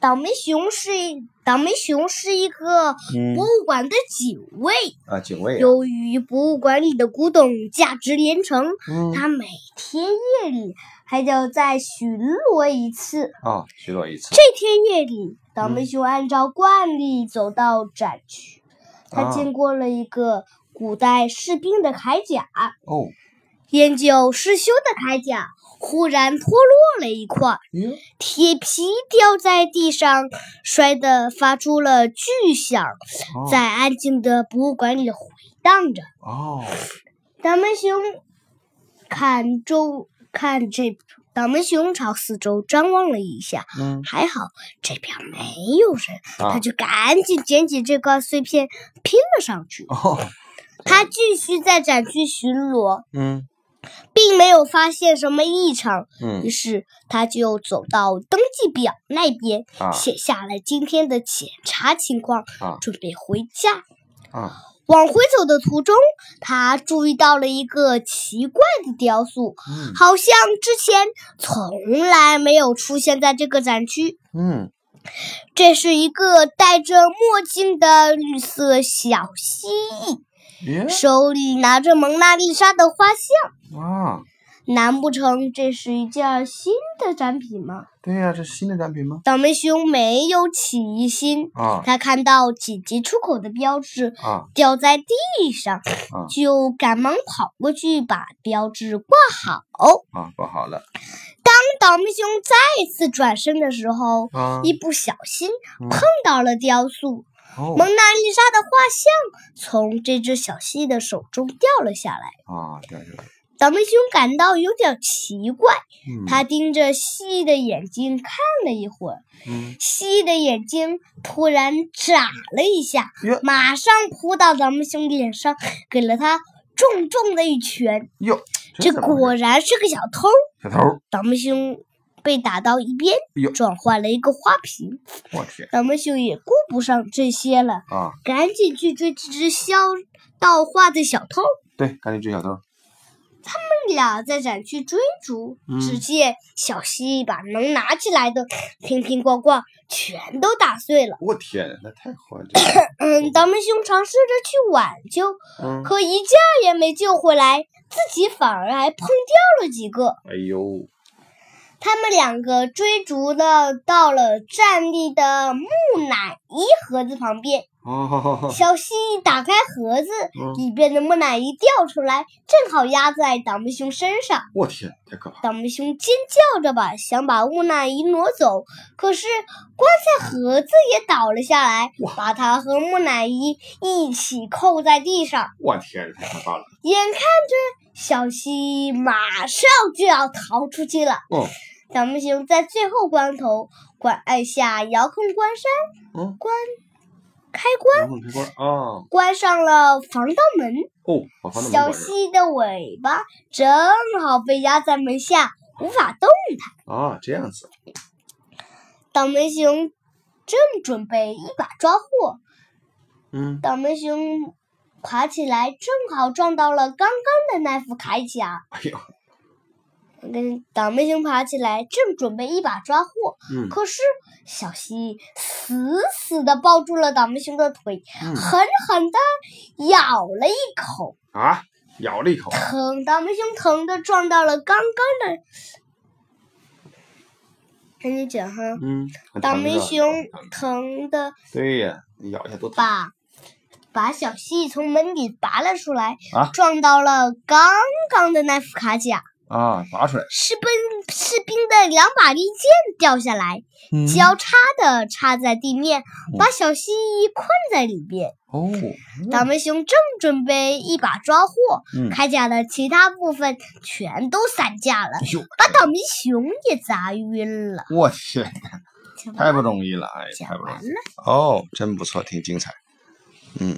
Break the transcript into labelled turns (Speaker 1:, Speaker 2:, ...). Speaker 1: 倒霉熊是倒霉熊是一个
Speaker 2: 嗯
Speaker 1: 博物馆的警卫。
Speaker 2: 啊，警卫啊，
Speaker 1: 由于博物馆里的古董价值连城，
Speaker 2: 嗯
Speaker 1: 他每天夜里还要再巡逻一次。
Speaker 2: 啊，巡逻一次，
Speaker 1: 这天夜里，倒霉熊按照惯例走到展区，他
Speaker 2: 啊
Speaker 1: 经过了一个古代士兵的铠甲，
Speaker 2: 哦，
Speaker 1: 研究失修的铠甲忽然脱落了一块，
Speaker 2: 哟，
Speaker 1: 铁皮掉在地上，摔得发出了巨响，
Speaker 2: 哦
Speaker 1: 在安静的博物馆里回荡着。
Speaker 2: 哦，
Speaker 1: 倒霉熊看周看这，倒霉熊朝四周张望了一下，
Speaker 2: 嗯
Speaker 1: 还好这边没有人，
Speaker 2: 啊
Speaker 1: 他就赶紧捡起这块碎片拼了上去。
Speaker 2: 哦，
Speaker 1: 他继续在展区巡逻，
Speaker 2: 嗯
Speaker 1: 并没有发现什么异常，
Speaker 2: 嗯
Speaker 1: 于是他就走到登记表那边，
Speaker 2: 啊
Speaker 1: 写下了今天的检查情况，
Speaker 2: 啊
Speaker 1: 准备回家。
Speaker 2: 啊
Speaker 1: 往回走的途中，他注意到了一个奇怪的雕塑，
Speaker 2: 嗯
Speaker 1: 好像之前从来没有出现在这个展区。
Speaker 2: 嗯
Speaker 1: 这是一个戴着墨镜的绿色小蜥蜴，
Speaker 2: 耶
Speaker 1: 手里拿着蒙娜丽莎的画像。
Speaker 2: 啊，
Speaker 1: 难不成这是一件新的展品吗？
Speaker 2: 对呀，这是新的展品吗？
Speaker 1: 倒霉熊没有起疑心，
Speaker 2: 啊
Speaker 1: 他看到紧急出口的标志
Speaker 2: 啊
Speaker 1: 掉在地上，
Speaker 2: 啊
Speaker 1: 就赶忙跑过去把标志挂好。
Speaker 2: 啊，不好了
Speaker 1: 当倒霉熊再次转身的时候，
Speaker 2: 啊，
Speaker 1: 一不小心
Speaker 2: 嗯
Speaker 1: 碰到了雕塑，
Speaker 2: 哦
Speaker 1: 蒙娜丽莎的画像从这只小蜥蜴的手中掉了下来。
Speaker 2: 啊，掉下来，
Speaker 1: 倒霉熊感到有点奇怪，
Speaker 2: 嗯
Speaker 1: 他盯着蜥蜴的眼睛看了一会儿，
Speaker 2: 嗯
Speaker 1: 蜥蜴的眼睛突然眨了一下，
Speaker 2: 哟
Speaker 1: 马上扑到咱们兄弟脸上，给了他重重的一拳。
Speaker 2: 哟，
Speaker 1: 这
Speaker 2: 怎么回
Speaker 1: 果
Speaker 2: 事
Speaker 1: 然是个小偷。
Speaker 2: 小偷儿，
Speaker 1: 倒霉熊被打到一边
Speaker 2: 哟，
Speaker 1: 撞坏了一个花瓶。
Speaker 2: 我天
Speaker 1: 倒霉熊也顾不上这些了，
Speaker 2: 啊，
Speaker 1: 赶紧去追这只销盗画的小偷。
Speaker 2: 对，赶紧追小偷儿，
Speaker 1: 他们俩在展区追逐，
Speaker 2: 嗯
Speaker 1: 只见小蜥蜴把能拿起来的瓶瓶罐罐全都打碎了。
Speaker 2: 我天，那太坏了，
Speaker 1: 嗯，倒霉熊尝试着去挽救，
Speaker 2: 嗯，
Speaker 1: 可一件儿也没救回来，自己反而还碰掉了几个。
Speaker 2: 哎呦，
Speaker 1: 他们两个追逐的到了站立的木乃伊盒子旁边，
Speaker 2: 哦，
Speaker 1: 小蜥蜴打开盒子，
Speaker 2: 嗯
Speaker 1: 里边的木乃伊掉出来，正好压在倒霉熊身上。
Speaker 2: 我天，太可怕了，
Speaker 1: 倒霉熊尖叫着吧，想把木乃伊挪走，可是棺材盒子也倒了下来，
Speaker 2: 哇
Speaker 1: 把它和木乃伊一起扣在地上。
Speaker 2: 我天，太可怕了，
Speaker 1: 眼看着小蜥蜴马上就要逃出去了，
Speaker 2: 哦，
Speaker 1: 倒霉熊在最后关头关按下遥控关山
Speaker 2: 嗯，
Speaker 1: 开关，
Speaker 2: 遥控开关啊，
Speaker 1: 关上了防盗门。
Speaker 2: 哦，我放到门
Speaker 1: 小
Speaker 2: 管上
Speaker 1: 蜥蜴的尾巴正好被压在门下，无法动弹。
Speaker 2: 啊，这样子，
Speaker 1: 倒霉熊正准备一把抓获，
Speaker 2: 嗯，
Speaker 1: 倒霉熊爬起来，正好撞到了刚刚的那副铠甲。
Speaker 2: 哎呦，
Speaker 1: 跟倒霉熊爬起来，正准备一把抓获，
Speaker 2: 嗯
Speaker 1: 可是小蜥蜴死死的抱住了倒霉熊的腿，
Speaker 2: 嗯
Speaker 1: 狠狠的咬了一口，
Speaker 2: 啊，咬了一口，
Speaker 1: 疼！倒霉熊疼的撞到了刚刚的。赶紧讲哈，
Speaker 2: 嗯，很
Speaker 1: 倒
Speaker 2: 疼
Speaker 1: 霉
Speaker 2: 的
Speaker 1: 熊疼的
Speaker 2: 对呀，你咬一下多疼
Speaker 1: 把把小蜥蜴从门里拔了出来，
Speaker 2: 啊
Speaker 1: 撞到了刚刚的那副铠甲。
Speaker 2: 啊！拔出来，
Speaker 1: 士兵士兵的两把利剑掉下来，
Speaker 2: 嗯
Speaker 1: 交叉的插在地面，把小蜥蜴困在里边。
Speaker 2: 哦，
Speaker 1: 倒霉熊正准备一把抓获，
Speaker 2: 嗯，
Speaker 1: 铠甲的其他部分全都散架了
Speaker 2: 哎，呦，
Speaker 1: 把倒霉熊也砸晕了。
Speaker 2: 我天，
Speaker 1: 讲完
Speaker 2: 太
Speaker 1: 了
Speaker 2: 不容易了，哎，
Speaker 1: 讲
Speaker 2: 太不容
Speaker 1: 完
Speaker 2: 易
Speaker 1: 了。
Speaker 2: 了，哦，真不错，挺精彩，嗯，